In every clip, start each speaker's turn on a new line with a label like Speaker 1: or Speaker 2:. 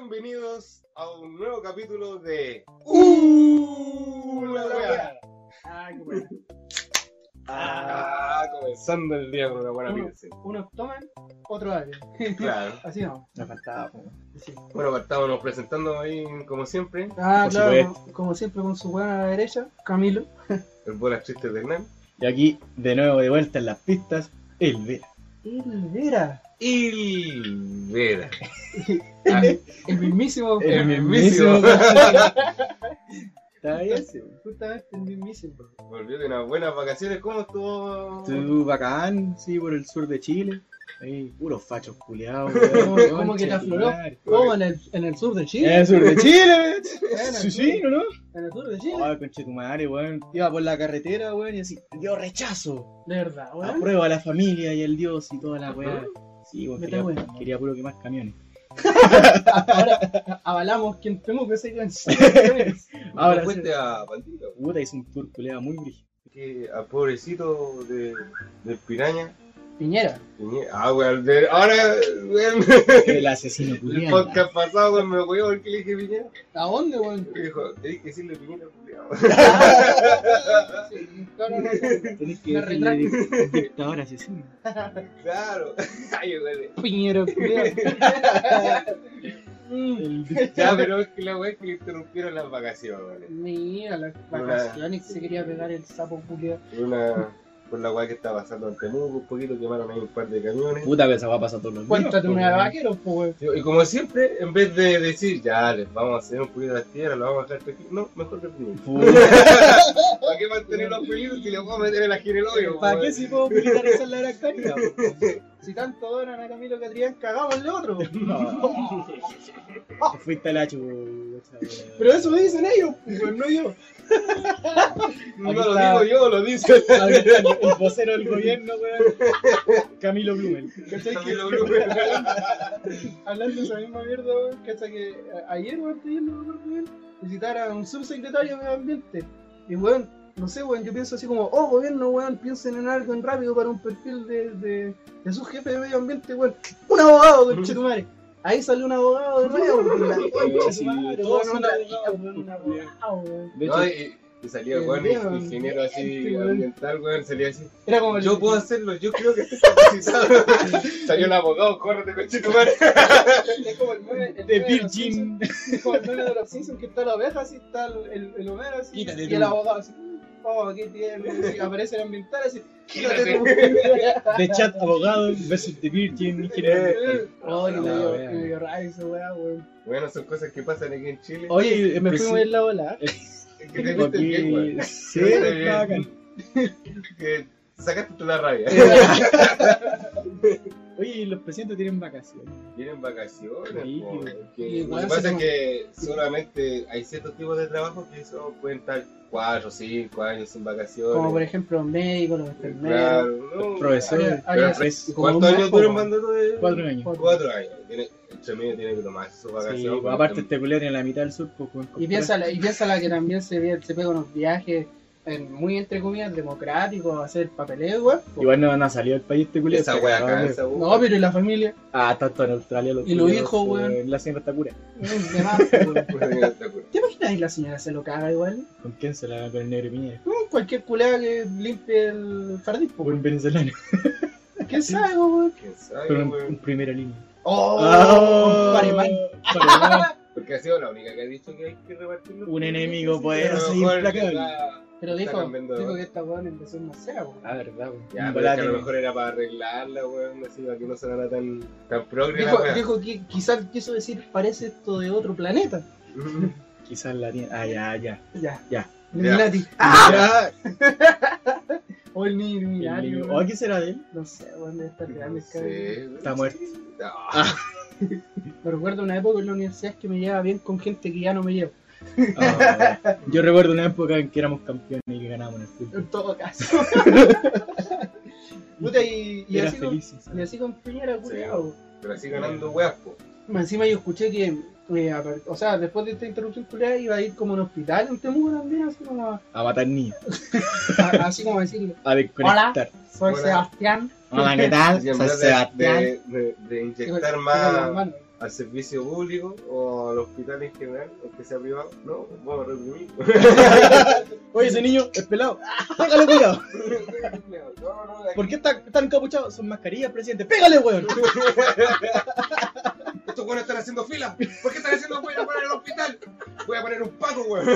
Speaker 1: Bienvenidos a un nuevo capítulo de ¡Uh! La wea.
Speaker 2: Ah, qué bueno.
Speaker 1: Ah, comenzando el día con una buena
Speaker 2: Uno-
Speaker 1: pizza.
Speaker 2: Unos toman, otros abren.
Speaker 1: Claro.
Speaker 2: Así no.
Speaker 3: Me faltaba, po.
Speaker 2: Sí.
Speaker 1: Bueno, estábamos presentando ahí, como siempre,
Speaker 2: Ah,
Speaker 3: Por
Speaker 2: claro, como, como siempre con su weón a la derecha, Camilo.
Speaker 1: el Bolas Chistes de Hernán.
Speaker 3: Y aquí, de nuevo, de vuelta en las pistas, el Vera.
Speaker 2: El Vera.
Speaker 1: Y Vera. Ah,
Speaker 2: El, el mismísimo.
Speaker 1: El
Speaker 3: El
Speaker 1: mismísimo.
Speaker 3: mismísimo. ¿Está bien? sí.
Speaker 2: Justamente el mismísimo.
Speaker 1: volvió de unas buenas vacaciones. ¿Cómo estuvo?
Speaker 3: Estuvo bacán, sí, por el sur de Chile. Ahí, puros fachos culiados.
Speaker 2: cómo que te afloró? ¿Cómo en el, en el sur de
Speaker 3: En
Speaker 2: Chile?
Speaker 3: el sur de Chile,
Speaker 2: Bueno,
Speaker 3: sí, sí, ¿no? Oh,
Speaker 2: En el sur de
Speaker 3: no?
Speaker 2: Chile.
Speaker 3: Ay, conchetumare, weón. Iba por la carretera, weón, y así, yo rechazo.
Speaker 2: De verdad,
Speaker 3: A
Speaker 2: weón.
Speaker 3: prueba a la familia y el Dios y toda la weá. Sí, weón,
Speaker 2: Me
Speaker 3: quería,
Speaker 2: está weón.
Speaker 3: quería puro quemar camiones.
Speaker 2: Ahora avalamos quien tengo que ser canciones.
Speaker 1: Ahora
Speaker 3: Ahora
Speaker 1: fuiste
Speaker 3: sí.
Speaker 1: a este, ah, Pandito.
Speaker 3: Puta, hice un tour culeado muy brígido.
Speaker 1: Que al pobrecito de, del Piraña.
Speaker 2: Piñera.
Speaker 1: Piñe- Ah, weón. de- Ahora, weón.
Speaker 3: El asesino
Speaker 1: El
Speaker 3: culiado.
Speaker 1: podcast pasado, weón, me weó porque le dije Piñera.
Speaker 2: ¿A dónde, weón?
Speaker 1: Me dijo, tenés que decirle Piñera, culiao".
Speaker 2: Sí, claro, no, no.
Speaker 3: Tenés que
Speaker 2: Me
Speaker 3: decirle dic- dictador asesino.
Speaker 1: Claro. Ay, weón.
Speaker 2: Piñero, culiao. Mm.
Speaker 3: El dic-
Speaker 1: Ya, pero es que la weá es que le interrumpieron las vacaciones, weón.
Speaker 2: Mira, las vacaciones que se quería pegar el sapo Julio.
Speaker 1: Por una- Por la weá que está pasando en Temuco, un poquito quemaron ahí un par de camiones.
Speaker 3: Puta que esa va a pasar todos los días.
Speaker 2: Cuéntate
Speaker 3: po,
Speaker 2: una de
Speaker 3: weón.
Speaker 2: vaqueros, po, weón.
Speaker 1: Y como siempre, en vez de decir, ya, les vamos a hacer un poquito de tierra, lo vamos a dejar tranquilo. No, mejor reprimir.
Speaker 3: Puta,
Speaker 1: ¿Para qué mantener los peligros si le puedo meter en la gira el hoyo?
Speaker 3: ¿Para
Speaker 1: weón?
Speaker 3: qué si puedo militarizar la gran carga?
Speaker 2: Si tanto adoran a Camilo Catrián, cagamos el otro.
Speaker 3: No. Fuiste al hacho, weón.
Speaker 2: Pero eso me dicen ellos, po, weón, no yo.
Speaker 1: No
Speaker 3: Aquí
Speaker 1: lo
Speaker 3: está.
Speaker 1: digo yo, lo dice.
Speaker 3: Ahí está El vocero del gobierno, weón. Camilo Blumel.
Speaker 2: ¿Cachai? Que,
Speaker 1: Camilo Blumen.
Speaker 2: hablando de esa misma mierda, weón, ¿cachai? Que eh, ayer, weón, ayer no me acuerdo bien, visitar a un subsecretario de medio ambiente. Y, weón, no sé, weón, yo pienso así como, oh, gobierno, weón, piensen en algo en rápido para un perfil de, de, de su jefe de medio ambiente, weón. Un abogado, conchetumare. Ahí salió un abogado de nuevo, weón. La concha
Speaker 3: Sí,
Speaker 2: de madre, weón,
Speaker 3: todos son
Speaker 2: una-
Speaker 3: abogados, weón.
Speaker 2: un abogado, weón.
Speaker 3: De
Speaker 1: No,
Speaker 3: hecho,
Speaker 1: y, y salía,
Speaker 2: El
Speaker 1: weón,
Speaker 2: dedo,
Speaker 1: el ingeniero así
Speaker 2: el dedo.
Speaker 1: ambiental, weón, salía así.
Speaker 2: Era como el-
Speaker 1: Yo puedo hacerlo, yo creo que estoy capacitado. Salió el abogado, córrete, cochito, madre.
Speaker 2: Es como el meme- el meme
Speaker 3: de
Speaker 2: los Simpsons.
Speaker 3: Virgin.
Speaker 2: como el meme de los Simpsons que está la oveja así, está el, el, el Homero así,
Speaker 3: Quítate
Speaker 2: y
Speaker 3: tú.
Speaker 2: el abogado así, oh, qué tierno, y aparece el ambiental así, quítate
Speaker 1: Quítate.
Speaker 2: tú.
Speaker 3: De chat abogado versus de Virgin.
Speaker 1: Eh,
Speaker 3: ingeniero.
Speaker 2: Oh, que me dio-
Speaker 3: Ah,
Speaker 2: que me dio rabia esa weá, weón.
Speaker 1: Bueno, son cosas que pasan aquí en Chile.
Speaker 3: Oye,
Speaker 2: Me
Speaker 3: me
Speaker 2: fui a
Speaker 3: fui
Speaker 2: mover la ¿eh? bola.
Speaker 1: eh, Que te
Speaker 3: Tengo
Speaker 1: viste el bien,
Speaker 3: aquí.
Speaker 1: weón.
Speaker 3: Sí,
Speaker 1: Te viste
Speaker 3: está
Speaker 1: bien.
Speaker 3: bacán.
Speaker 1: Que sacaste tú la rabia.
Speaker 3: Oye, los presidentes tienen vacaciones.
Speaker 1: Vienen vacaciones.
Speaker 3: Sí,
Speaker 1: po,
Speaker 3: weón.
Speaker 1: que
Speaker 2: Y
Speaker 1: lo que
Speaker 2: weón,
Speaker 1: pasa
Speaker 2: se
Speaker 1: es que solamente hay ciertos tipos de trabajo que eso pueden estar 4, 5 años sin vacaciones.
Speaker 2: Como por ejemplo los médicos, los enfermeros.
Speaker 1: Claro, no.
Speaker 3: Profesor,
Speaker 2: Había-
Speaker 1: Pero
Speaker 2: había-
Speaker 3: tres,
Speaker 2: como
Speaker 1: ¿Cuántos
Speaker 2: un
Speaker 1: años
Speaker 2: mes,
Speaker 1: duran
Speaker 2: po,
Speaker 1: mandando de.?
Speaker 3: cuatro años.
Speaker 2: por-
Speaker 1: Cuatro años. Tiene, entre medio tiene que tomar sus vacaciones.
Speaker 3: Sí, pues,
Speaker 1: porque
Speaker 3: aparte
Speaker 1: están-
Speaker 3: este culé tiene la mitad del sur, pues, weón,
Speaker 2: Y piénsala, y piénsala que también se, ve- se pega unos viajes eh, muy entre comillas democráticos, a hacer papeleo, weón. po.
Speaker 3: Igual no van a salir del país este culé.
Speaker 1: Esa wea cansa, uh, weón.
Speaker 2: No, pero y la familia,
Speaker 3: Ah, tanto en Australia los
Speaker 2: Y lo
Speaker 3: culiados,
Speaker 2: dijo, weón.
Speaker 3: eh, La señora está cura.
Speaker 2: es Mm, de más, po, weón.
Speaker 1: Pero
Speaker 2: ¿Te imaginas que la señora se lo caga igual?
Speaker 3: ¿Con quién se la va con el negro Piñera?
Speaker 2: Mm, Cualquier culea que limpie el jardín, po,
Speaker 3: Con un venezolano.
Speaker 2: ¿Quién sabe, po, weón?
Speaker 1: ¿Quién sabe,
Speaker 3: Con un,
Speaker 1: weón?
Speaker 3: un primera línea.
Speaker 2: ¡Oh!
Speaker 3: Ah,
Speaker 2: Parimán. Ah.
Speaker 3: Parimán.
Speaker 1: Porque ha sido la única que ha dicho que hay que repartirlo.
Speaker 3: Un enemigo
Speaker 1: Pero
Speaker 3: poderoso y
Speaker 1: mejor
Speaker 3: implacable.
Speaker 1: era-
Speaker 2: Pero
Speaker 1: Está
Speaker 2: dijo,
Speaker 1: cambiando.
Speaker 2: dijo que esta weón empezó en una cera, po.
Speaker 3: Ah, verdad, weón.
Speaker 1: Ya, pero
Speaker 3: Un
Speaker 1: es que a
Speaker 3: volátil.
Speaker 1: lo mejor era para arreglarla, weón, así para que no sonara tan, tan progre la
Speaker 2: Dijo,
Speaker 1: wea.
Speaker 2: dijo que quizás quiso decir, parece esto de otro planeta.
Speaker 3: Quizás la tiene. Ah, ya, ya.
Speaker 2: Ya.
Speaker 3: Ya.
Speaker 2: Illuminati.
Speaker 1: ¡Ah!
Speaker 2: O el niño Illuminati,
Speaker 3: El-
Speaker 2: weón.
Speaker 3: ¿O qué será de él?
Speaker 2: No sé, weón, debe estar grande,
Speaker 1: Sí. Ah,
Speaker 2: cabrón.
Speaker 3: Está muerto. Ah.
Speaker 1: No.
Speaker 2: Me recuerdo una época en la universidad que me llevaba bien con gente que ya no me llevo.
Speaker 3: Ah, yo recuerdo una época en que éramos campeones y que ganábamos en el fútbol.
Speaker 2: En todo caso. Puta, y, y
Speaker 3: Era
Speaker 2: así con,
Speaker 3: feliz.
Speaker 2: y así con Piñera, culiao.
Speaker 1: Pero así ganando weas, po.
Speaker 2: Más Encima yo escuché que, eh, a par- o sea, después de esta interrupción culiada iba a ir como a un hospital en Temuco también, así como a,
Speaker 3: A matar niños.
Speaker 2: a- así como a decirle,
Speaker 3: A desconectar.
Speaker 2: soy
Speaker 1: Hola.
Speaker 2: Sebastián.
Speaker 3: Hola, ¿qué tal?
Speaker 1: Y en
Speaker 3: Soy
Speaker 1: vez de-
Speaker 3: Sebastián.
Speaker 1: de, de- de
Speaker 2: Digo,
Speaker 1: inyectar
Speaker 2: digo,
Speaker 1: más,
Speaker 2: hermano,
Speaker 1: al servicio público o al hospital en general, aunque sea privado, no, vamos a reprimir.
Speaker 3: Oye, ese niño es pelado. Pégale, cuidado.
Speaker 1: no, no, de aquí-
Speaker 3: ¿Por qué están están encapuchados? Son mascarillas, presidente. Pégale, weón.
Speaker 1: Estos buenos están haciendo fila. ¿Por qué están haciendo fila para el hospital? Voy a poner un paco, weón.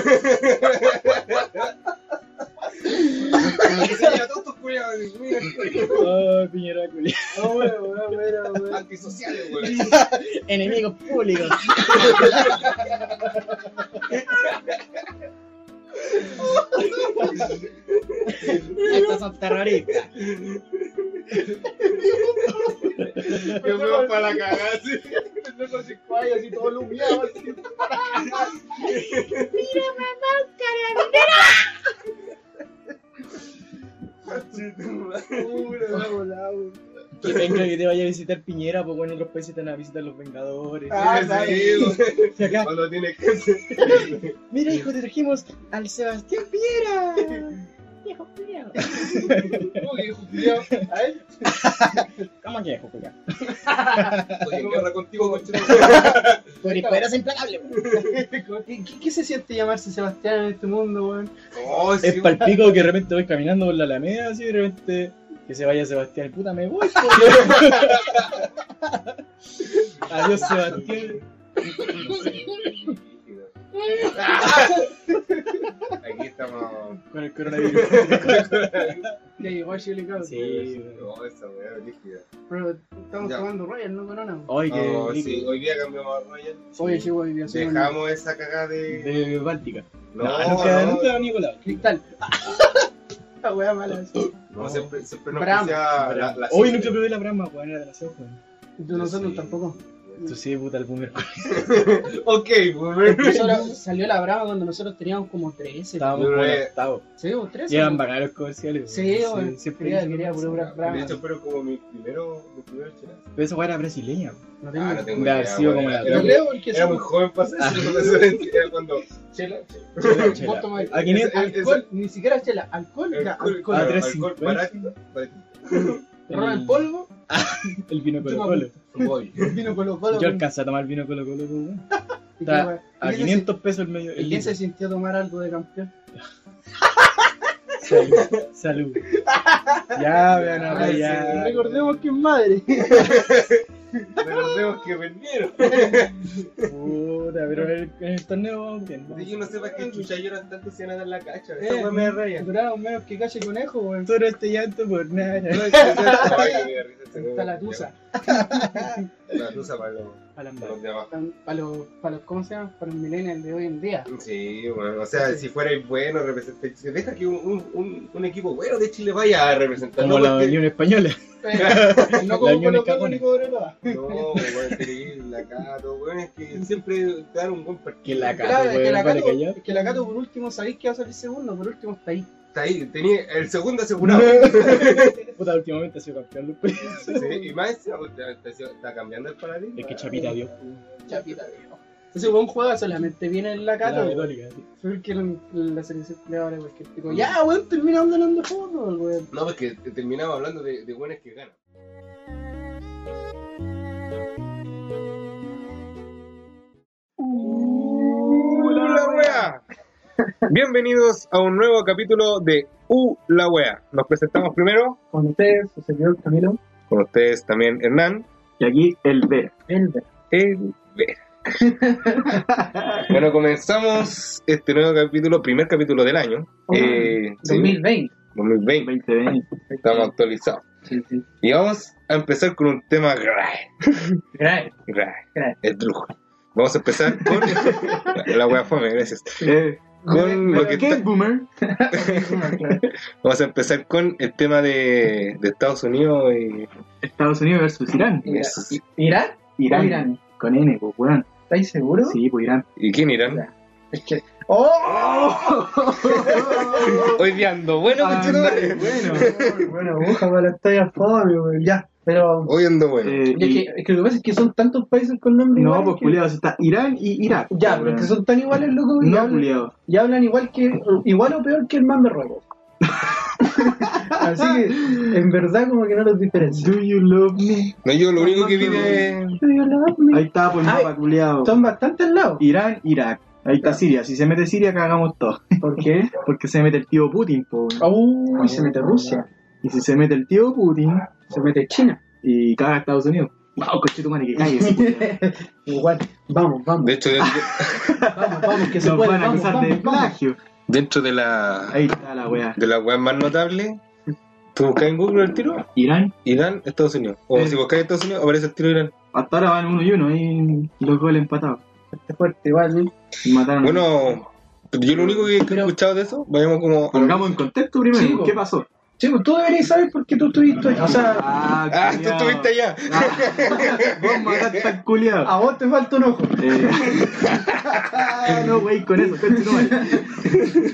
Speaker 1: Aunque se lleva todos tus culiados, mira,
Speaker 3: Ay, Oh, piñera, culiao.
Speaker 2: Ah, bueno, bueno, bueno, bueno.
Speaker 1: antisociales, weón.
Speaker 3: Enemigos públicos. Estos son terroristas.
Speaker 1: Yo me voy para la cagada, sí.
Speaker 2: El loco se cae así todo lumiado. así. Pura, la volada, weón.
Speaker 3: Que venga que te vaya a visitar Piñera, porque en otros países te van a visitar los Vengadores.
Speaker 2: Ah,
Speaker 1: Sí,
Speaker 2: sabes.
Speaker 1: weón.
Speaker 3: Y acá,
Speaker 1: Cuando tiene que hacer.
Speaker 3: mira hijo, te trajimos al Sebastián Piñera. Viejo culiao.
Speaker 2: Uy, hijo culiao. A ver,
Speaker 3: ¿Cómo que viejo culiao?
Speaker 1: Estoy en guerra contigo, coche.
Speaker 3: Tú eres poderoso e implacable, weón.
Speaker 2: ¿Qué, qué- qué se siente llamarse Sebastián en este mundo, weón?
Speaker 1: Oh, sí,
Speaker 3: Es palpico que de repente voy caminando por la Alameda, así de repente que se vaya Sebastián, puta me voy. po. Adiós Sebastián. No sé,
Speaker 1: Aquí estamos.
Speaker 3: con el coronavirus.
Speaker 2: Ya llegó a Chile, cabrón.
Speaker 3: Sí.
Speaker 1: No, Oh, esa weá es líquida.
Speaker 2: Pero estamos
Speaker 1: Ya.
Speaker 2: tomando Royal, no Corona. weón.
Speaker 3: Oye, que
Speaker 1: Oh, sí, hoy día cambiamos a Royal.
Speaker 2: Oye, sí, weón, ya somos-
Speaker 1: Oh, Dejamos esa cagada de.
Speaker 3: de Báltica. Ah,
Speaker 1: No,
Speaker 3: no, nunca,
Speaker 1: no,
Speaker 3: nunca, Nicolás.
Speaker 2: Cristal. La weá mala. eso.
Speaker 1: no, siempre, siempre nos
Speaker 2: Bram.
Speaker 1: decía Ah, la, la
Speaker 3: Hoy nunca probé la brama, weón, era demasiado joven.
Speaker 2: Y tú nosotros
Speaker 1: Sí.
Speaker 2: tampoco.
Speaker 3: Esto sí, puta, el boomer.
Speaker 1: Ok, boomer.
Speaker 2: Nosotros- Pues salió la brava cuando nosotros teníamos como 13.
Speaker 3: Estábamos
Speaker 1: Yo
Speaker 3: como
Speaker 1: creo
Speaker 3: en
Speaker 1: que-
Speaker 3: octavo.
Speaker 2: Sí, o 13.
Speaker 3: Llevan
Speaker 2: weón.
Speaker 3: bacanos los comerciales.
Speaker 2: Sí,
Speaker 3: weón.
Speaker 2: weón.
Speaker 3: siempre
Speaker 2: Quería-
Speaker 3: he dicho
Speaker 2: quería
Speaker 3: lo mismo.
Speaker 2: puro bra-
Speaker 1: De hecho, pero como mi primero, mi primero chela.
Speaker 3: Pero esa weá era brasileña. weón.
Speaker 2: No tengo.
Speaker 1: Ah, no tengo
Speaker 3: De haber
Speaker 1: idea,
Speaker 3: sido
Speaker 1: weón.
Speaker 3: como la-
Speaker 1: Era,
Speaker 2: Yo
Speaker 1: muy-
Speaker 2: creo porque
Speaker 1: era muy
Speaker 2: somos-
Speaker 1: joven para hacer eso, eso era cuando.
Speaker 2: chela. chela.
Speaker 3: Chela,
Speaker 2: Vos
Speaker 3: chela.
Speaker 2: tomás
Speaker 3: ¿A quién es?
Speaker 2: alcohol, ni siquiera chela, alcohol,
Speaker 1: El
Speaker 2: era
Speaker 1: alcohol, Ah,
Speaker 2: alcohol.
Speaker 3: Ah,
Speaker 1: claro,
Speaker 3: 3.50.
Speaker 1: alcohol barato, baratito.
Speaker 2: Ron en
Speaker 3: El-
Speaker 2: polvo,
Speaker 3: El vino Colo Colo.
Speaker 1: Voy.
Speaker 2: vino con los colos.
Speaker 3: Yo alcancé a tomar vino Colo Colo, weón.
Speaker 2: Y
Speaker 3: Ta-
Speaker 2: como-
Speaker 3: A
Speaker 2: ¿y quién se-
Speaker 3: 500 pesos el medio.
Speaker 2: ¿Y
Speaker 3: El
Speaker 2: quién
Speaker 3: litro.
Speaker 2: se sintió tomar algo de campeón?
Speaker 3: Salud. salud. Ya, vean,
Speaker 1: Ah,
Speaker 3: ahora
Speaker 1: sí,
Speaker 3: ya.
Speaker 2: Recordemos que es madre.
Speaker 1: Recordemos que vendieron.
Speaker 3: Puta, pero en el, en el torneo vamos bien. vamos
Speaker 1: De que
Speaker 3: bien.
Speaker 1: no sepa que chucha lloran tanto si van a dar la cacha.
Speaker 2: Eh,
Speaker 1: Esa weá me da raya.
Speaker 2: Duraba menos que calle conejo, weón.
Speaker 3: Todo este llanto por nada.
Speaker 1: No, esa- esa- Ay, que me da risa ese weón.
Speaker 2: Está la tusa.
Speaker 1: La tusa para los, para los
Speaker 3: Alambrado.
Speaker 1: de abajo.
Speaker 2: Para los, para los, ¿cómo se llama? Para los millennials de hoy en día.
Speaker 1: Sí, bueno, o sea, si fuerais bueno, representáis. Deja que un, un- un, un equipo bueno de Chile vaya a representar.
Speaker 3: Como
Speaker 1: no,
Speaker 3: la Unión Española.
Speaker 2: Eh, no
Speaker 3: La
Speaker 2: como
Speaker 3: Unión
Speaker 2: con los
Speaker 3: Cagona.
Speaker 2: ni Cobreloa.
Speaker 1: No, weón, increíble, acá, todo, weón, es que siempre te dan un buen partido.
Speaker 3: Que la
Speaker 2: Claro,
Speaker 3: cago,
Speaker 2: es que la
Speaker 3: weón. Vale,
Speaker 2: Cato,
Speaker 3: callar.
Speaker 2: es que la Cato por último sabéis que va a salir segundo, por último está ahí.
Speaker 1: Está ahí, tenía el segundo asegurado.
Speaker 3: Puta, últimamente ha sido campeón Lupe.
Speaker 1: Sí, y más encima, pues, está, está- está cambiando el paradigma.
Speaker 3: Es que Chapita dio.
Speaker 2: Chapita, viejo. Ese buen juega solamente viene en la Cato.
Speaker 3: La
Speaker 2: weón.
Speaker 3: católica. sí.
Speaker 2: Porque la, la selección le ahora cualquier tipo. Ya, weón, terminamos ganando fútbol, weón.
Speaker 1: No, porque te- terminamos hablando de, de buenas que ganan.
Speaker 4: la wea! Bienvenidos a un nuevo capítulo de U la wea. Nos presentamos primero
Speaker 5: con ustedes, su servidor Camilo.
Speaker 4: con ustedes también Hernán,
Speaker 6: Y aquí el B.
Speaker 5: Elber.
Speaker 4: el Vera. Bueno, comenzamos este nuevo capítulo, primer capítulo del año. Eh, sí,
Speaker 5: 2020.
Speaker 4: 2020.
Speaker 6: 2020.
Speaker 4: Estamos actualizados.
Speaker 5: Sí, sí.
Speaker 4: Y vamos a empezar con un tema grave.
Speaker 5: Grave.
Speaker 4: Grave.
Speaker 5: Grave.
Speaker 4: Es lujo. Vamos a empezar con. la wea fome, gracias.
Speaker 6: Eh,
Speaker 4: Con lo que
Speaker 6: ¿Qué
Speaker 4: está-
Speaker 6: es boomer?
Speaker 5: Claro.
Speaker 4: Vamos a empezar con el tema de, de Estados Unidos y.
Speaker 6: Estados Unidos versus Irán.
Speaker 5: Mira,
Speaker 4: eso sí.
Speaker 5: ¿Irán?
Speaker 6: Irán.
Speaker 5: ¿O Irán?
Speaker 6: Con N, pues, weón.
Speaker 5: ¿Estáis seguros?
Speaker 6: Sí, pues Irán.
Speaker 4: ¿Y quién irán?
Speaker 5: Es que... ¡Oh!
Speaker 4: Hoy día ando bueno,
Speaker 6: Ah,
Speaker 4: conchetumare.
Speaker 6: bueno.
Speaker 5: bueno, aguja para la talla fome, weón. Ya. Pero...
Speaker 4: Hoy ando bueno.
Speaker 6: Eh,
Speaker 5: Y es,
Speaker 6: y-
Speaker 5: que, es que lo que pasa es que son tantos países con nombres
Speaker 6: No,
Speaker 5: iguales
Speaker 6: pues
Speaker 5: que-
Speaker 6: culiados, está Irán y Irak. pues,
Speaker 5: Ya, pero es que son tan iguales, loco. y,
Speaker 6: No,
Speaker 5: hablan,
Speaker 6: culiados.
Speaker 5: y hablan igual que... Igual o peor que el más berraco. Así que, en verdad, como que no los diferencio.
Speaker 6: Do you love me?
Speaker 1: No, yo lo único que vine.
Speaker 5: Do you love me?
Speaker 6: Ahí está, por mapa
Speaker 5: Ay.
Speaker 6: culiado.
Speaker 5: Ah, Son bastante al lado.
Speaker 6: Irán, Irak. Ahí está Siria. Si se mete Siria, cagamos todo.
Speaker 5: ¿Por qué? Oh.
Speaker 6: Porque se mete el tío Putin, po. weón.
Speaker 5: Uy, se mete Rusia,
Speaker 6: Y si se mete el tío Putin
Speaker 5: se mete China.
Speaker 6: y caga a Estados Unidos. Wow, coche tu madre que calle ese culiao.
Speaker 5: Igual, vamos, vamos,
Speaker 1: De hecho, de- de-
Speaker 5: vamos, vamos, que se
Speaker 6: Nos
Speaker 5: puede.
Speaker 6: van a
Speaker 5: vamos,
Speaker 6: acusar
Speaker 5: vamos,
Speaker 6: de
Speaker 5: vamos.
Speaker 6: plagio.
Speaker 1: dentro de la
Speaker 6: Ahí está la weá.
Speaker 1: de las weas más notables, tú buscas en Google el tiro,
Speaker 6: Irán,
Speaker 1: Irán, Estados Unidos. O
Speaker 6: Sí.
Speaker 1: si buscas Estados Unidos, aparece el tiro Irán.
Speaker 6: hasta ahora van uno y uno. Ahí los goles empatados.
Speaker 5: Qué fuerte, igual. ¿eh?
Speaker 6: Mataron.
Speaker 1: Bueno, yo lo único que que he
Speaker 5: Pero-
Speaker 1: escuchado de eso, vayamos como.
Speaker 6: Colocamos en contexto primero.
Speaker 5: Sí, po.
Speaker 6: ¿Qué pasó?
Speaker 5: Chico, tú deberías saber por qué tú estuviste. ahí. O sea,
Speaker 6: Ah,
Speaker 1: Ah, tú
Speaker 6: culiao.
Speaker 1: estuviste allá.
Speaker 6: Ah, vos mataste al culiao.
Speaker 5: a vos te falta un ojo.
Speaker 6: Eh, no, wey, con eso, coche tu madre.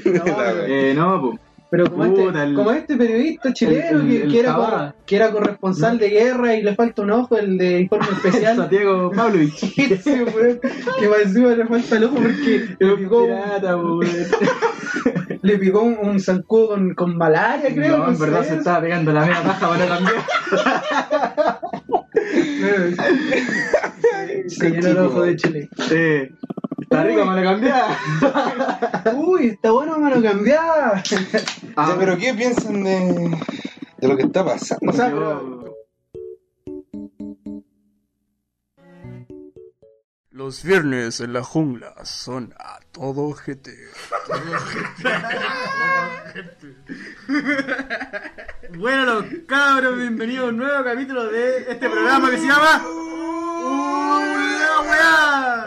Speaker 1: La wea.
Speaker 6: Eh, no, po.
Speaker 5: Pero como,
Speaker 6: Puta,
Speaker 5: este,
Speaker 6: el-
Speaker 5: como este periodista chileno
Speaker 6: el-
Speaker 5: que,
Speaker 6: el
Speaker 5: que era
Speaker 6: Jabá.
Speaker 5: cor- que era corresponsal de guerra y le falta un ojo, el de informe especial.
Speaker 6: Santiago Pavlovich.
Speaker 5: Ese, weón, que más encima le falta el ojo porque le picó, un-
Speaker 6: Pirata, po, weón.
Speaker 5: le picó un, un zancudo con, con malaria, creo.
Speaker 6: No, en
Speaker 5: sé.
Speaker 6: verdad se estaba pegando la mera paja para cambiar.
Speaker 5: Se llenó el ojo de Chile.
Speaker 6: Eh, está rica para cambiar.
Speaker 5: Uy, está bueno, mano, cambiar.
Speaker 6: Ah,
Speaker 1: Ya, pero ¿qué piensan de, de lo que está pasando?
Speaker 5: O sea,
Speaker 6: yo-
Speaker 7: Los viernes en la jungla son a todo GT.
Speaker 3: Bueno, los cabros, bienvenidos a un nuevo capítulo de este programa que se llama. ¡Hola,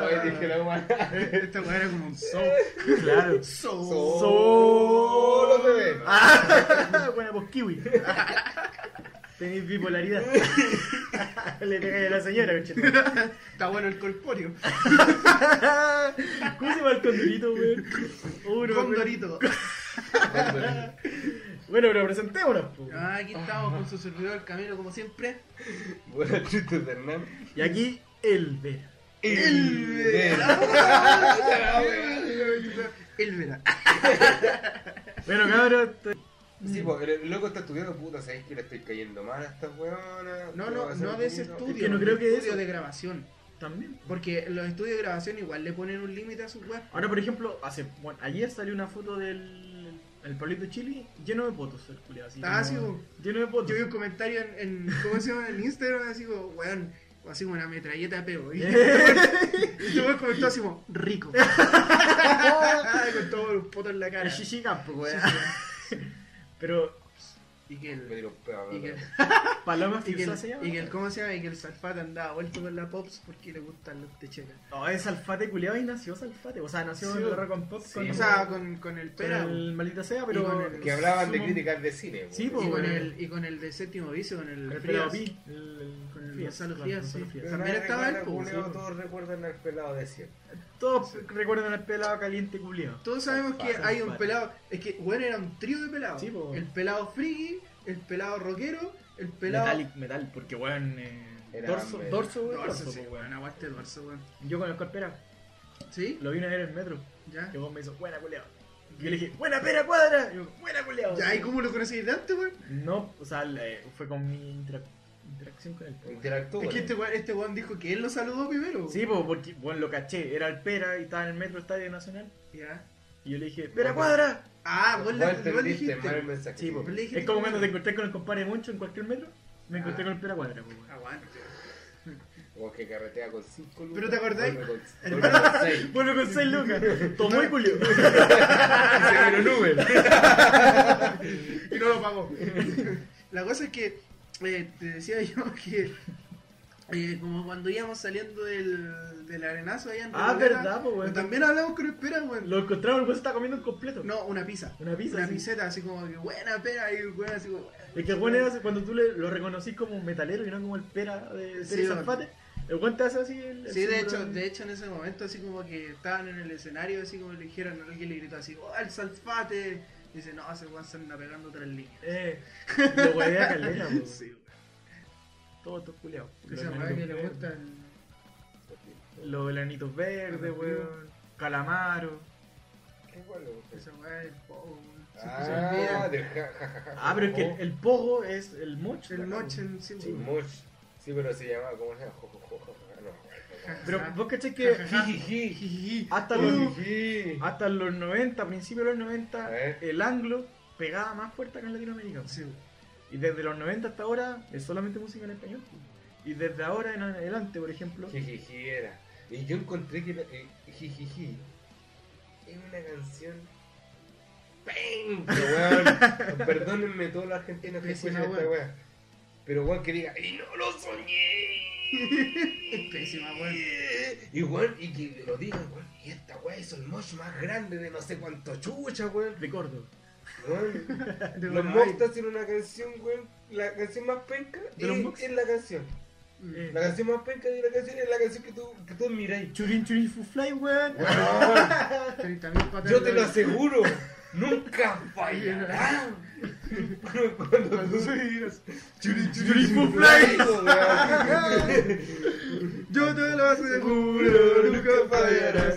Speaker 3: weá! dije la Esta weá era como un show. Claro.
Speaker 1: Solo se ve.
Speaker 3: Ah, Buena, pues kiwi. Tenéis bipolaridad. Le pegáis a la señora, cachete.
Speaker 7: Está bueno el corpóreo.
Speaker 3: ¿Cómo se llama el condorito, weón? Oh, no me acuerdo.
Speaker 7: Condorito.
Speaker 3: Bueno, pero presentémonos, po.
Speaker 7: Ah, Aquí estamos con su servidor Camilo, como siempre.
Speaker 1: Buenas chistes, Hernán.
Speaker 3: Y aquí, el Vera.
Speaker 7: El verano.
Speaker 3: Bueno, cabros,
Speaker 7: Mm.
Speaker 2: Sí, pues, el loco está estudiando, puta, ¿sabes que le estoy cayendo mal a esta weona?
Speaker 7: No, no, no de ese estudio.
Speaker 3: que no creo que
Speaker 7: de
Speaker 3: de
Speaker 7: estudio
Speaker 3: eso.
Speaker 7: de grabación.
Speaker 3: también.
Speaker 7: Porque los estudios de grabación igual le ponen un límite a sus web.
Speaker 3: Ahora, por ejemplo, hace bueno, ayer salió una foto del el pueblito de Chile lleno de potos, el culiao, así
Speaker 7: Ah,
Speaker 3: como-
Speaker 7: sí, bo.
Speaker 3: lleno de potos.
Speaker 7: Yo vi un comentario en, en ¿cómo se llama? En el Instagram, así como, weón, así como una metralleta de pego. Y y tú me comentó así como, rico. Ay, con todos los potos en la cara.
Speaker 3: El Chichica, po, weón. Pero
Speaker 7: Y que el... Y que,
Speaker 3: Paloma
Speaker 7: y que
Speaker 3: Fiusa se
Speaker 7: el,
Speaker 3: llama.
Speaker 7: y que el, ¿cómo se llama? Y que el Salfate andaba vuelto con la Pops porque le gustan los techecas.
Speaker 3: No, es Alfate culiao y nació Salfate. O sea, nació
Speaker 7: Sí,
Speaker 3: en
Speaker 7: bo.
Speaker 3: el Rock and Pop con,
Speaker 7: O sea, con, con el
Speaker 3: con
Speaker 7: pera
Speaker 3: el maldita sea, pero.
Speaker 7: Y con el-
Speaker 2: Que hablaban de
Speaker 3: somos-
Speaker 2: críticas de cine.
Speaker 3: Sí,
Speaker 2: pues.
Speaker 3: po,
Speaker 7: y, con
Speaker 3: weón.
Speaker 7: el, y con el de séptimo vicio, con el,
Speaker 3: El pelado
Speaker 7: Frías.
Speaker 3: Pi, el- el-
Speaker 7: Con el
Speaker 3: Frías,
Speaker 7: Gonzalo
Speaker 3: claro,
Speaker 7: Frías,
Speaker 3: Gonzalo
Speaker 7: sí.
Speaker 3: Frías.
Speaker 2: Pero
Speaker 7: También
Speaker 2: nadie
Speaker 7: estaba
Speaker 2: recuerda,
Speaker 7: él, po,
Speaker 2: culiao,
Speaker 3: sí, po.
Speaker 2: Todos recuerdan al pelado de siempre.
Speaker 3: Todos recuerdan al pelado caliente culiao.
Speaker 7: Todos sabemos que
Speaker 3: Salfate,
Speaker 7: hay un
Speaker 3: Salfate.
Speaker 7: pelado. Es que, bueno, era un trío de pelados.
Speaker 3: Sí, po.
Speaker 7: el pelado friki, el pelado rockero, el pelado.
Speaker 3: Metallic, metal, porque weón. eh,
Speaker 2: Era
Speaker 3: dorso,
Speaker 2: metal.
Speaker 3: dorso, weón.
Speaker 7: Dorso, sí,
Speaker 3: po, weón.
Speaker 7: weón, aguante el dorso, weón.
Speaker 3: Yo con el Corpera
Speaker 7: ¿Sí?
Speaker 3: lo vi una vez en el metro.
Speaker 7: ¿Ya?
Speaker 3: Que vos me hizo, buena culeado. Y yo le dije, buena pera cuadra. Y yo, buena culeado.
Speaker 7: ¿Ya? ¿Y cómo lo conocéis de antes, weón?
Speaker 3: No, o sea, la- eh, fue con mi interac- interacción con el pera.
Speaker 2: Interactúa.
Speaker 7: Es que este weón, este weón dijo que él lo saludó primero.
Speaker 3: Sí, po, porque, bueno, lo caché. Era el pera y estaba en el metro Estadio Nacional.
Speaker 7: ¿Ya?
Speaker 3: Y yo le dije, pera cuadra.
Speaker 7: Ah, vos le
Speaker 2: Vos
Speaker 7: vos le dijiste.
Speaker 2: entendiste mal el mensaje.
Speaker 3: Sí, po.
Speaker 7: Le dije
Speaker 3: Es como
Speaker 7: que-
Speaker 3: cuando te encontrás con el compadre Moncho en cualquier metro. Me encontré
Speaker 2: Ah.
Speaker 3: con el pera cuadra, po, weón.
Speaker 7: Aguante.
Speaker 2: O que carretea con 5 lucas.
Speaker 7: ¿Pero te acordáis?
Speaker 2: vuelve con- vuelve con seis.
Speaker 3: Bueno, con 6 lucas. Tomó y culió.
Speaker 7: y no lo pagó. La cosa es que eh, te decía yo que eh, como cuando íbamos saliendo del, del arenazo allá en
Speaker 3: Ah,
Speaker 7: Recoleta,
Speaker 3: verdad, po, weón.
Speaker 7: pues, También hablamos con el pera, weón.
Speaker 3: Lo encontramos, el weón se está comiendo un completo.
Speaker 7: No, una pizza.
Speaker 3: Una pizza.
Speaker 7: Una
Speaker 3: sí.
Speaker 7: piseta, así como que buena pera, y weón, así como.
Speaker 3: Es que el weón era cuando tú le- lo reconocí como un metalero y no como el pera de
Speaker 7: Sí,
Speaker 3: Pérez
Speaker 7: weón.
Speaker 3: Zapate. El weón te hace así el. el
Speaker 7: Sí, de
Speaker 3: símbolo
Speaker 7: hecho, de hecho en ese momento así como que estaban en el escenario, así como le dijeron, alguien le gritó así, ¡oh, el salfate! Y dice, no, se weón se anda pegando tres líneas.
Speaker 3: Eh, lo huevea caleta, weón.
Speaker 7: Sí, weón.
Speaker 3: Todo esto culiado.
Speaker 7: Esa weá que le gusta. el-
Speaker 3: Los granitos verdes, weón. Calamaro.
Speaker 2: Qué bueno, pues.
Speaker 7: Esa weá es poco, weón. Ah, del ja, ja, ja, ja.
Speaker 8: Ah, pero es que el, el pogo es el mocho.
Speaker 9: El
Speaker 8: ¿no?
Speaker 9: mochen, sí,
Speaker 7: Sí,
Speaker 9: bueno.
Speaker 7: much. Sí, pero se llamaba como era. Jo, jo, jo, jo, jo, no.
Speaker 8: Pero vos cachés que
Speaker 7: Jijiji.
Speaker 9: Jijiji.
Speaker 8: hasta
Speaker 7: Ah.
Speaker 8: los,
Speaker 7: Jijiji.
Speaker 8: hasta los 90, principios de los
Speaker 7: A
Speaker 8: 90,
Speaker 7: ver.
Speaker 8: el anglo pegaba más fuerte acá en Latinoamérica.
Speaker 9: Sí,
Speaker 8: Y desde los 90 hasta ahora es solamente música en español. Y desde ahora en adelante, por ejemplo,
Speaker 7: Jijiji era. Y yo encontré que la- eh, Jijiji es una canción. ¡Penca, weón! Perdónenme todos los argentinos que
Speaker 9: Pésima,
Speaker 7: escuchan esta
Speaker 9: weón.
Speaker 7: weón. Pero weón que diga, ¡y no lo soñé!
Speaker 9: Pésima, weón.
Speaker 7: Y weón, y que lo digan, weón, y esta weón es el mosh más grande de no sé cuánto chucha, weón.
Speaker 8: de Córdoba.
Speaker 7: Weón,
Speaker 9: de
Speaker 7: Los
Speaker 9: Paraguay.
Speaker 7: Mox hacen una canción, weón, la canción más penca
Speaker 8: ¿De los Eh.
Speaker 7: es-
Speaker 8: Mox?
Speaker 7: es la canción.
Speaker 9: Mm.
Speaker 7: La canción más penca de la canción es la canción que tú, que tú miráis.
Speaker 8: Churin churin fufly, weón.
Speaker 7: Weón,
Speaker 9: 30.000 patadas
Speaker 7: yo te
Speaker 9: de-
Speaker 7: lo aseguro, nunca
Speaker 1: né?
Speaker 7: fallará. Cuando
Speaker 9: Cuando
Speaker 7: tú
Speaker 9: soy
Speaker 1: assim,
Speaker 9: Dios.
Speaker 7: churi churi
Speaker 8: Churi
Speaker 7: churi,
Speaker 8: fly.
Speaker 7: weón.
Speaker 9: Yo te lo aseguro,
Speaker 7: Juro, nunca fallarás.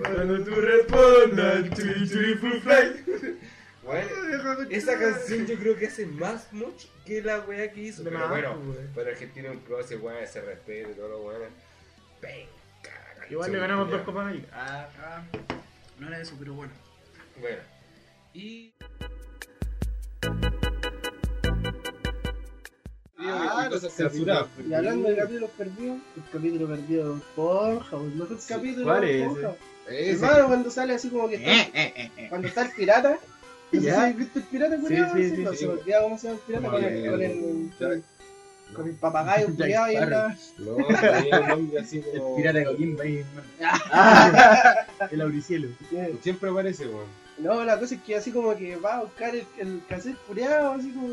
Speaker 8: Cuando tú respondas, churin churin fufly.
Speaker 7: Weón, Esa canción yo creo que hace más mucho que la weá que hizo. Pero
Speaker 8: Más,
Speaker 7: bueno,
Speaker 8: weón.
Speaker 7: para Argentina un pro ese weón, ese respeto y todo lo weón. Penca.
Speaker 8: Igual le ganamos dos
Speaker 7: weón.
Speaker 8: copas ahí.
Speaker 9: Ah, ah. No era eso, pero bueno.
Speaker 7: Bueno.
Speaker 9: Y.
Speaker 10: Ah,
Speaker 1: cosas censuradas.
Speaker 2: Y hablando de capítulos perdidos, el capítulo perdido de Porja, el mejor capítulo
Speaker 3: ¿Cuál
Speaker 2: de
Speaker 3: es
Speaker 2: Porja.
Speaker 1: Ese.
Speaker 2: Hermano, cuando sale así como que está, cuando está el pirata. No sé si has visto el pirata, culiao,
Speaker 3: sí,
Speaker 2: sí,
Speaker 3: sí,
Speaker 2: no,
Speaker 3: sí.
Speaker 2: se me olvidaba cómo se llama el pirata
Speaker 1: No,
Speaker 2: con
Speaker 1: ya,
Speaker 2: el, con el,
Speaker 1: ya.
Speaker 2: con el papagayo
Speaker 3: Jack
Speaker 2: culiao ahí en
Speaker 3: Sparrow.
Speaker 2: la...
Speaker 1: No, tenía un nombre así como-
Speaker 3: Pirata de Coquimbo ahí, hermano. Ah. El auricielo.
Speaker 1: Siempre aparece, weón.
Speaker 2: No, la cosa es que así como que va a buscar el, el cassette culiao, así como...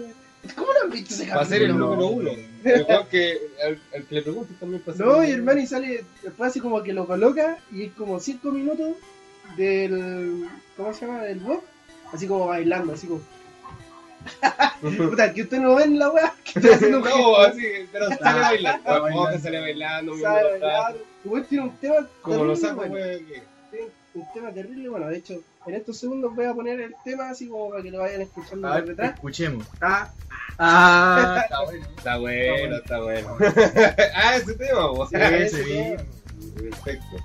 Speaker 2: ¿Cómo no han visto ese
Speaker 1: Va a
Speaker 2: capítulo?
Speaker 1: ser el número uno. El weón que al, al que le preguntes también va a ser
Speaker 2: No,
Speaker 1: el
Speaker 2: y hermano, y sale, después así como que lo coloca y es como 5 minutos del. ¿Cómo se llama? Del Bob, así como bailando, así como. Puta, que usted no ven la weá, que está haciendo un
Speaker 1: No, así, pero sale
Speaker 3: Ah,
Speaker 1: bailando.
Speaker 3: está
Speaker 1: Weón,
Speaker 3: bailando.
Speaker 1: sale bailando,
Speaker 2: Sabe
Speaker 1: mirando para atrás.
Speaker 2: bailar. El weón tiene un tema.
Speaker 1: Como lo
Speaker 2: terrible,
Speaker 1: saco,
Speaker 2: bueno,
Speaker 1: weón. que-
Speaker 2: tiene Un tema terrible, bueno, de hecho, en estos segundos voy a poner el tema así como para que lo vayan escuchando
Speaker 3: A
Speaker 2: por
Speaker 3: ver,
Speaker 2: detrás.
Speaker 3: escuchemos.
Speaker 2: Ah,
Speaker 3: Ah,
Speaker 1: Está bueno, está bueno. ah, ese tema, vos.
Speaker 3: ese
Speaker 2: ese
Speaker 3: mismo.
Speaker 1: Perfecto.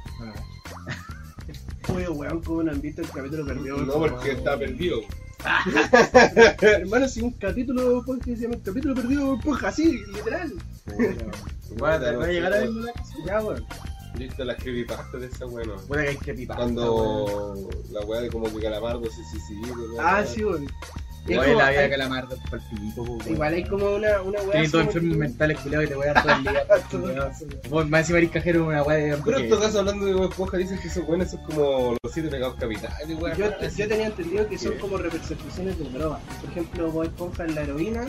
Speaker 2: Oye, weón, como no han visto el capítulo perdido.
Speaker 1: No, porque está perdido.
Speaker 2: Hermano, si un capítulo, pues, que se llama el capítulo perdido, pues así, literal.
Speaker 3: Guarda, va a llegar a verlo.
Speaker 2: Ya, weón.
Speaker 1: Listo, las creepypastas de esa bueno.
Speaker 3: Puede que hay creepypasta. weón.
Speaker 1: Cuando la weá de como que Calamardo se suicidó. ¿no?
Speaker 2: Ah, sí, weón. Y es
Speaker 3: Oye,
Speaker 2: como-
Speaker 3: la vida
Speaker 2: hay-
Speaker 3: de calamardo es por pico, po, pues, weón.
Speaker 2: Igual hay como una, una weá.
Speaker 3: Tiene
Speaker 2: así
Speaker 3: todos
Speaker 2: como
Speaker 3: enfermos
Speaker 2: que-
Speaker 3: mentales, culiao, que te voy a dar todo el día. culiao. Vos, más encima eres cajero una weá de.
Speaker 1: Pero en todo caso, hablando de weá poja, dicen que esos weones son como los siete pecados capitales, weá.
Speaker 2: Yo, yo tenía entendido que son
Speaker 1: ¿Qué?
Speaker 2: como representaciones de drogas. Por ejemplo, Bob Esponja en la heroína,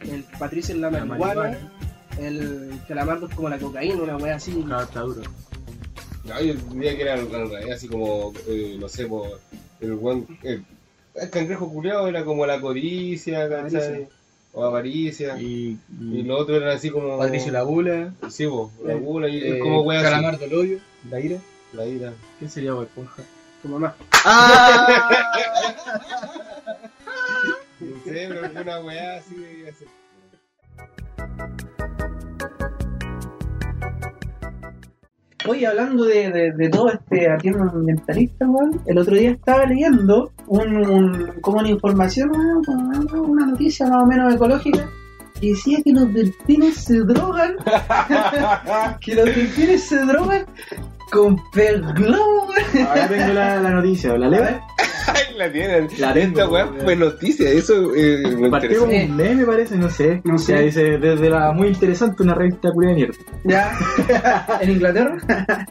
Speaker 2: el Patricio en la
Speaker 3: La
Speaker 2: marihuana,
Speaker 3: marihuana.
Speaker 2: el Calamardo es como la cocaína, una weá así.
Speaker 3: Claro, está duro.
Speaker 1: No, yo diría que era al al revés, así como, eh, no sé, po, el buen. El, el cangrejo culiado era como la codicia, ¿cachai?
Speaker 2: Avaricia.
Speaker 1: O avaricia. Y,
Speaker 3: Y.
Speaker 1: lo otro era así como.
Speaker 3: Patricio la bula.
Speaker 1: Sí, po, la
Speaker 2: Eh,
Speaker 1: gula, y es
Speaker 3: eh,
Speaker 1: como weá. así.
Speaker 3: Calamardo el hoyo. La ira.
Speaker 1: La ira.
Speaker 3: ¿Quién sería Bob Esponja?
Speaker 2: Tu mamá.
Speaker 1: No sé, pero alguna weá así de así.
Speaker 2: Oye, hablando de, de, de todo este ambientalista, weón, el otro día estaba leyendo un, un- como una información, weón, como una, una noticia más o menos ecológica, que decía que los delfines se drogan, que los delfines se drogan con perglobo, weón.
Speaker 6: Ahora tengo la, la noticia, ¿la leo?
Speaker 1: Ay, la tienen.
Speaker 6: La tengo,
Speaker 1: Esta weá
Speaker 6: weón.
Speaker 1: fue noticia, eso eh, me
Speaker 6: Partió
Speaker 1: interesó.
Speaker 6: como un meme, parece, no sé.
Speaker 2: No sé.
Speaker 6: Ya dice, desde la muy interesante, una revista culia de mierda.
Speaker 2: Ya, en Inglaterra.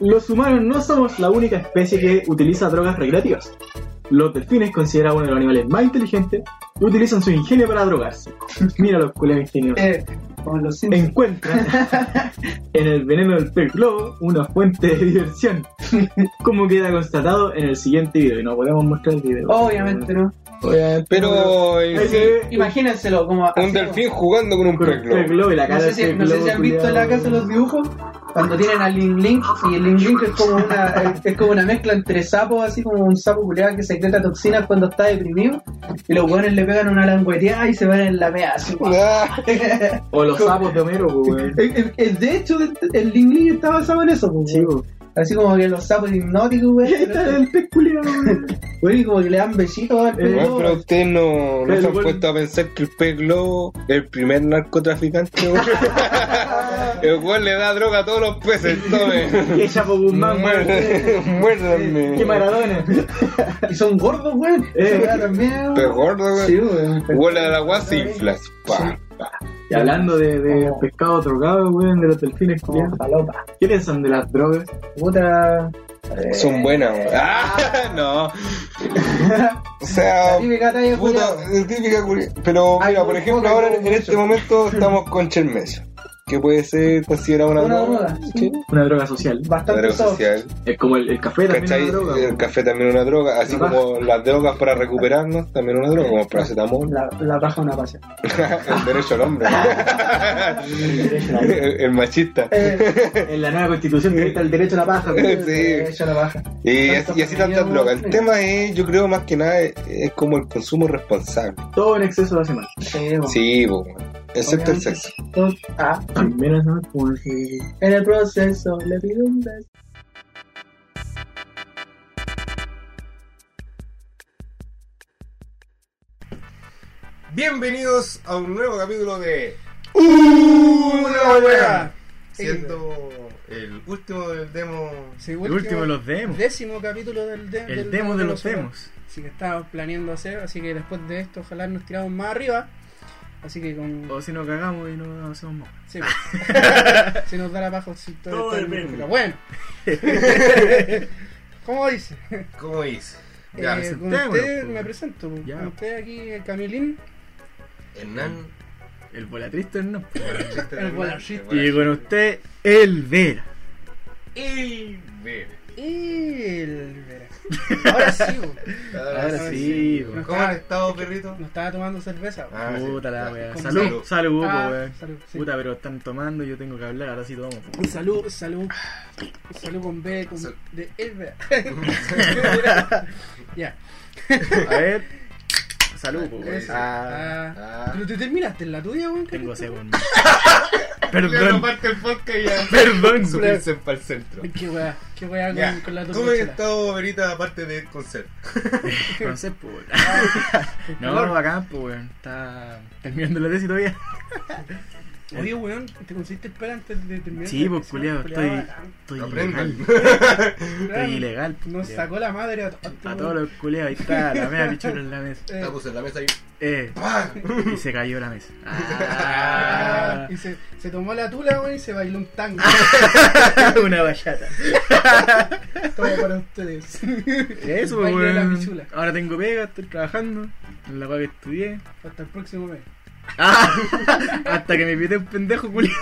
Speaker 6: Los humanos no somos la única especie que utiliza drogas recreativas. Los delfines, considerados uno de los animales más inteligentes, utilizan su ingenio para drogarse. Mira los culiados ingeniosos.
Speaker 2: Eh, como los Simpsons.
Speaker 6: encuentran en el veneno del pez globo una fuente de diversión, como queda constatado en el siguiente video. Y no podemos mostrar el video.
Speaker 2: Obviamente
Speaker 1: Mm.
Speaker 2: no.
Speaker 6: Obviamente,
Speaker 1: Pero eh,
Speaker 6: Ahí se ve
Speaker 2: Imagínenselo como así
Speaker 1: un
Speaker 2: como-
Speaker 1: delfín jugando con un
Speaker 6: con el
Speaker 1: pez
Speaker 6: pez
Speaker 1: globo.
Speaker 6: globo y la cara
Speaker 2: No sé
Speaker 6: del
Speaker 2: si,
Speaker 6: pez
Speaker 2: no sé
Speaker 6: globo,
Speaker 2: si han visto en
Speaker 6: culiao.
Speaker 2: la casa los dibujos,
Speaker 5: cuando tienen al Ling Ling y el Ling Ling es como una es como una mezcla entre sapos así como un sapo culeado que secreta toxinas cuando está deprimido y los hueones le pegan una langueteada y se van en la mea así Es-
Speaker 6: O los sapos de Homero, pues, weón.
Speaker 5: es- es- de hecho el Ling Ling está basado en eso pues,
Speaker 6: Sí,
Speaker 5: weón.
Speaker 6: pues.
Speaker 5: así como que los sapos hipnóticos
Speaker 6: Ahí
Speaker 5: güey,
Speaker 6: está el pez culiao, weón.
Speaker 5: Güey, y como que le dan besitos al
Speaker 6: Eh,
Speaker 1: Bueno,
Speaker 5: peludo.
Speaker 1: pero ustedes no, no
Speaker 6: Pero
Speaker 1: se han
Speaker 6: bueno.
Speaker 1: puesto a pensar que el pez globo es el primer narcotraficante. weón. el cual le da droga a todos los peces, tome.
Speaker 6: Qué Chapo Guzmán, weón.
Speaker 1: Muerde- Muérdanme.
Speaker 6: Qué Maradona.
Speaker 5: y son gordos güey.
Speaker 6: Eh.
Speaker 5: Se dan miedo.
Speaker 1: Pero gordo,
Speaker 5: Sí,
Speaker 1: weón.
Speaker 5: güey.
Speaker 1: Huele al agua, se infla. Pa.
Speaker 6: Y hablando de, de
Speaker 5: Oh.
Speaker 6: pescado drogado, weón, de los delfines,
Speaker 5: Como
Speaker 2: Oh.
Speaker 6: culiao.
Speaker 5: palopa.
Speaker 6: ¿Qué piensan de las drogas?
Speaker 5: Puta. eh,
Speaker 1: Son buenas, weón. Ah, no. O sea,
Speaker 5: La típica talla
Speaker 1: puta,
Speaker 5: culiao.
Speaker 1: es típica curi- Pero
Speaker 5: Ay,
Speaker 1: mira, por
Speaker 5: muy
Speaker 1: ejemplo,
Speaker 5: poca,
Speaker 1: ahora
Speaker 5: muy
Speaker 1: en este
Speaker 5: mucho.
Speaker 1: momento estamos con Chelmesio, que puede ser considerado una,
Speaker 5: Una droga, sí.
Speaker 6: Una droga social.
Speaker 5: Bastante
Speaker 1: Droga
Speaker 5: soft.
Speaker 1: social.
Speaker 6: Es como el, el café también
Speaker 1: ¿Cachai?
Speaker 6: es una droga.
Speaker 1: El
Speaker 6: weón.
Speaker 1: café también es una droga, así
Speaker 6: Ajá.
Speaker 1: como las drogas para recuperarnos, también es una droga, como el paracetamol,
Speaker 5: La, la baja una pasión.
Speaker 1: el derecho al hombre, el, el machista.
Speaker 5: Eh,
Speaker 6: En la nueva constitución está el derecho a la paja. weón.
Speaker 1: Sí.
Speaker 5: Ella la baja.
Speaker 1: Y, así- y así tantas drogas. El tema es, yo creo más que nada, es, es como el consumo responsable.
Speaker 6: Todo en exceso hace mal.
Speaker 5: Sí, bo.
Speaker 1: Sí, po, weón. excepto el sexo.
Speaker 5: Entonces, ah,
Speaker 6: También hace mal, como ese-
Speaker 5: en el proceso le pido un beso.
Speaker 11: Bienvenidos a un nuevo capítulo de
Speaker 2: ¡Una wea!
Speaker 11: Siendo el último del demo.
Speaker 2: Sí,
Speaker 3: El último de los demos.
Speaker 2: Décimo capítulo del, de-
Speaker 3: El
Speaker 2: del
Speaker 3: demo de los
Speaker 2: Solar.
Speaker 3: demos.
Speaker 2: Así que estábamos planeando hacer, así que después de esto ojalá nos tiramos más arriba. Así que con...
Speaker 3: O si nos cagamos y no hacemos más.
Speaker 2: Sí, si nos da la paja si todo,
Speaker 3: Todo
Speaker 2: todo el
Speaker 3: depende.
Speaker 2: mundo. Bueno. ¿Cómo dice?
Speaker 11: ¿Cómo dice?
Speaker 3: Ya,
Speaker 2: Eh, con
Speaker 3: sentémonos,
Speaker 2: usted
Speaker 3: pues.
Speaker 2: me presento. pues.
Speaker 3: Ya.
Speaker 2: Con usted aquí el Camilín,
Speaker 11: Hernán.
Speaker 3: El volatrista no.
Speaker 2: el bolachista.
Speaker 3: Y con usted, el Vera.
Speaker 11: El Vera.
Speaker 2: El... Ahora sí, pues.
Speaker 3: Ahora
Speaker 2: sí,
Speaker 3: sí,
Speaker 2: weón.
Speaker 3: weón.
Speaker 11: ¿Cómo han estado, perrito?
Speaker 2: no estaba tomando cerveza. pues.
Speaker 11: Ah, sí.
Speaker 3: Puta la weá.
Speaker 2: Con
Speaker 11: salud.
Speaker 3: Salud, salud, Uh, po,
Speaker 2: Ah,
Speaker 3: weón.
Speaker 2: salud, sí.
Speaker 3: Puta, pero están tomando y yo tengo que hablar, ahora sí tomamos. po.
Speaker 2: Un saludo, un saludo. Un saludo con B, con
Speaker 11: Sal-
Speaker 2: de Elber. ya.
Speaker 3: A ver. Salud, po, weón.
Speaker 2: Eso.
Speaker 11: Ah,
Speaker 2: Ah. Pero te terminaste en la tuya, weón.
Speaker 3: Tengo sed,
Speaker 2: weón.
Speaker 3: weón. Perdón,
Speaker 11: parte el podcast ya.
Speaker 3: perdón.
Speaker 11: Subirse para el centro.
Speaker 2: Qué weá, qué weá
Speaker 11: Ya.
Speaker 2: con, con la
Speaker 11: ¿Cómo has
Speaker 2: tuya.
Speaker 11: estado, Verita, aparte del concert?
Speaker 3: Entonces, po, weón.
Speaker 2: Ah,
Speaker 3: No, bacán, po, weón. Está terminando la tesis todavía.
Speaker 2: Oye, weón, ¿te conseguiste espera antes de terminar?
Speaker 3: Sí,
Speaker 2: la
Speaker 3: pues,
Speaker 2: sesión?
Speaker 3: culiao,
Speaker 2: Culiao,
Speaker 3: estoy-
Speaker 2: ah,
Speaker 3: Estoy
Speaker 11: Aprendan.
Speaker 3: ilegal.
Speaker 2: claro,
Speaker 3: Estoy ilegal, po,
Speaker 2: Nos
Speaker 3: culiao.
Speaker 2: sacó la madre a, todos,
Speaker 3: A
Speaker 2: weón.
Speaker 3: todos los culeados, ahí está, la media pichura en la mesa.
Speaker 2: Eh,
Speaker 11: La puse en la mesa y
Speaker 3: Eh,
Speaker 11: ¡pam!
Speaker 3: y se cayó la mesa.
Speaker 2: ah,
Speaker 3: Ah,
Speaker 2: y se, se tomó la tula, weón, y se bailó un tango.
Speaker 11: Ah.
Speaker 3: una vallata.
Speaker 2: Todo para ustedes.
Speaker 3: Eso,
Speaker 2: Baile de la
Speaker 3: weón.
Speaker 2: pichula.
Speaker 3: Ahora tengo pega, estoy trabajando. En la cual que estudié.
Speaker 2: Hasta el próximo mes.
Speaker 3: Ah, Hasta que me pide un pendejo culiado.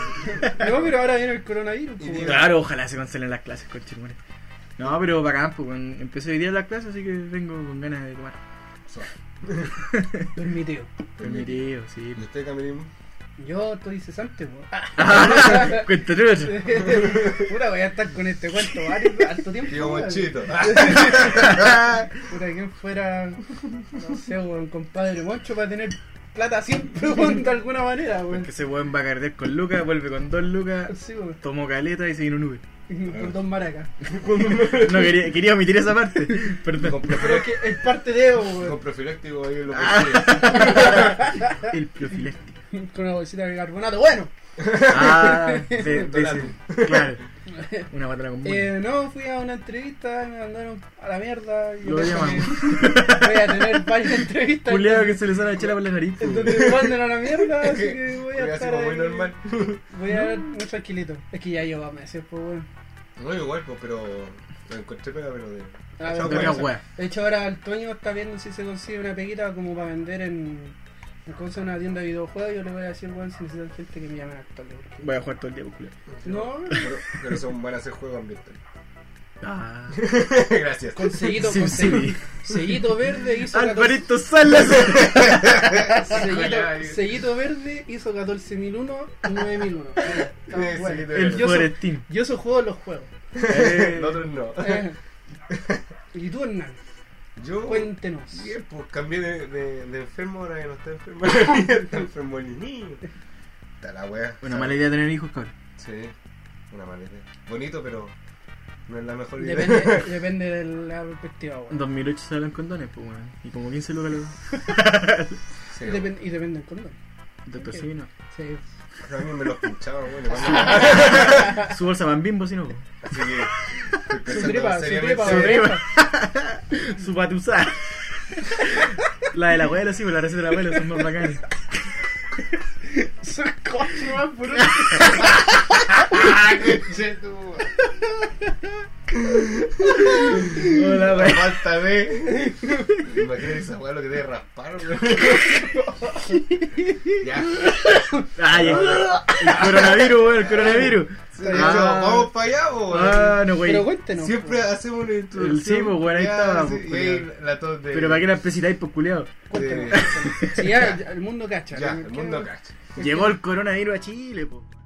Speaker 2: No, pero ahora viene el coronavirus, pues, weón.
Speaker 3: Claro, ojalá se cancelen las clases con No, pero bacán, pues weón. empecé hoy día las clases, así que vengo con ganas de tomar.
Speaker 2: Permitido.
Speaker 3: Permitido, sí.
Speaker 11: ¿Y usted, Camerín?
Speaker 2: Yo estoy cesante, po.
Speaker 3: Pues, Cuenta tú.
Speaker 2: Puta, voy a estar con este cuento varios, harto tiempo.
Speaker 11: Tío
Speaker 2: weón.
Speaker 11: Monchito.
Speaker 2: Puta, quien fuera, no sé, weón, compadre Moncho para tener plata siempre, weón, de alguna manera, weón. Pues
Speaker 3: Que ese weón va a cargar con Lucas, vuelve con dos Lucas,
Speaker 2: Sí, weón.
Speaker 3: tomó caleta y se vino un Uber.
Speaker 2: Con dos maracas.
Speaker 3: No, quería, quería omitir esa parte. Perdón.
Speaker 11: Con
Speaker 2: Pero es
Speaker 11: profilac-
Speaker 2: que es parte de, weón.
Speaker 11: con profiláctico ahí en los bolsillos.
Speaker 3: El profiláctico.
Speaker 2: Con una bolsita de bicarbonato. Bueno,
Speaker 3: Ah, de, de
Speaker 11: Donato.
Speaker 3: ese- Claro. Una patada con mundo.
Speaker 2: eh, no, fui a una entrevista, me mandaron a la mierda. y
Speaker 3: Lo
Speaker 2: yo creo
Speaker 3: llamamos.
Speaker 2: que Voy a tener varias entrevistas.
Speaker 3: Culeado que se le sale la chela por la nariz. po,
Speaker 2: Entonces me mandan a la mierda, así que voy a
Speaker 11: Así
Speaker 2: estar
Speaker 11: como muy
Speaker 2: ahí.
Speaker 11: normal. Mm.
Speaker 2: Voy a dar muy tranquilito. Es que ya llevaba meses, pues, weón.
Speaker 11: No, igual, pues, pero lo encontré pega, pero de...
Speaker 2: Ah,
Speaker 11: Chao,
Speaker 3: De
Speaker 2: bueno,
Speaker 3: una
Speaker 11: weón.
Speaker 3: wea.
Speaker 2: De hecho, ahora el Toño está viendo si se consigue una peguita como para vender en. en cosa, una tienda de videojuegos. Yo le voy a decir, weón, si necesitan gente que me llame al toque. porque-
Speaker 3: pues, Voy a jugar todo el día, po, culiao.
Speaker 2: No,
Speaker 11: Pero, pero son van a hacer juego ambiental.
Speaker 6: Ah,
Speaker 1: Gracias.
Speaker 2: Con sellito,
Speaker 1: Sí,
Speaker 2: con
Speaker 1: sí. Ah,
Speaker 2: sellito, sellito verde hizo 14
Speaker 6: Alvarito Salas.
Speaker 1: Nicolai.
Speaker 2: sellito, sellito verde hizo 14001 y 9001. Mira, estamos
Speaker 1: Sí,
Speaker 2: buenos.
Speaker 1: de verdad.
Speaker 6: El
Speaker 2: Ah, Yo soy-
Speaker 6: Forestín.
Speaker 2: Yo soy juego de los juegos.
Speaker 1: Eh, Nosotros no.
Speaker 2: Eh. Y tú, Hernán,
Speaker 1: Yo.
Speaker 2: cuéntenos.
Speaker 1: Bien, pues cambié de, de, de enfermo ahora que no está enfermo. está enfermo el niño. Está la wea.
Speaker 6: Una mala idea tener hijos, cabrón.
Speaker 1: Sí, una mala idea. Bonito, pero no es la mejor idea.
Speaker 2: Depende, depende de la perspectiva.
Speaker 6: En
Speaker 2: weón.
Speaker 6: 2008 se hablan condones, pues, weón. Y como 15 lucas lo.
Speaker 1: Sí,
Speaker 2: Y depende- y depende del condón.
Speaker 6: Doctor sí, no.
Speaker 2: Sí.
Speaker 1: pero a mí me los pinchaba, bueno. cuando-
Speaker 6: Su bolsa van bimbo, si no. po.
Speaker 1: Así que. estoy
Speaker 2: Su
Speaker 1: pensando
Speaker 2: tripa, su tripa,
Speaker 1: seriamente-
Speaker 2: oreja.
Speaker 6: Su patusá. La del abuelo, sí, po, la receta del abuelo son más bacanas. Hola,
Speaker 1: La
Speaker 6: weón.
Speaker 1: falta de. Imagínate esa weá lo que debe raspar, weón. ya.
Speaker 6: Ay, el,
Speaker 2: Ah.
Speaker 6: el coronavirus, weón, el coronavirus.
Speaker 1: De hecho, vamos para allá, po, weón.
Speaker 6: Ah, no, güey.
Speaker 2: Pero cuéntenos.
Speaker 1: Siempre
Speaker 6: pues,
Speaker 2: po.
Speaker 1: hacemos una introducción.
Speaker 6: sí, po, weón, ahí
Speaker 1: Ya,
Speaker 6: estaba,
Speaker 1: sí,
Speaker 6: po,
Speaker 1: y ahí
Speaker 6: culiao.
Speaker 1: la tos de.
Speaker 6: Pero para qué la precitáis, pues culiao.
Speaker 1: de-
Speaker 2: Si ya, ya, el mundo cacha.
Speaker 1: Ya,
Speaker 2: ¿no?
Speaker 1: el mundo cacha.
Speaker 6: Llegó el coronavirus a Chile, po.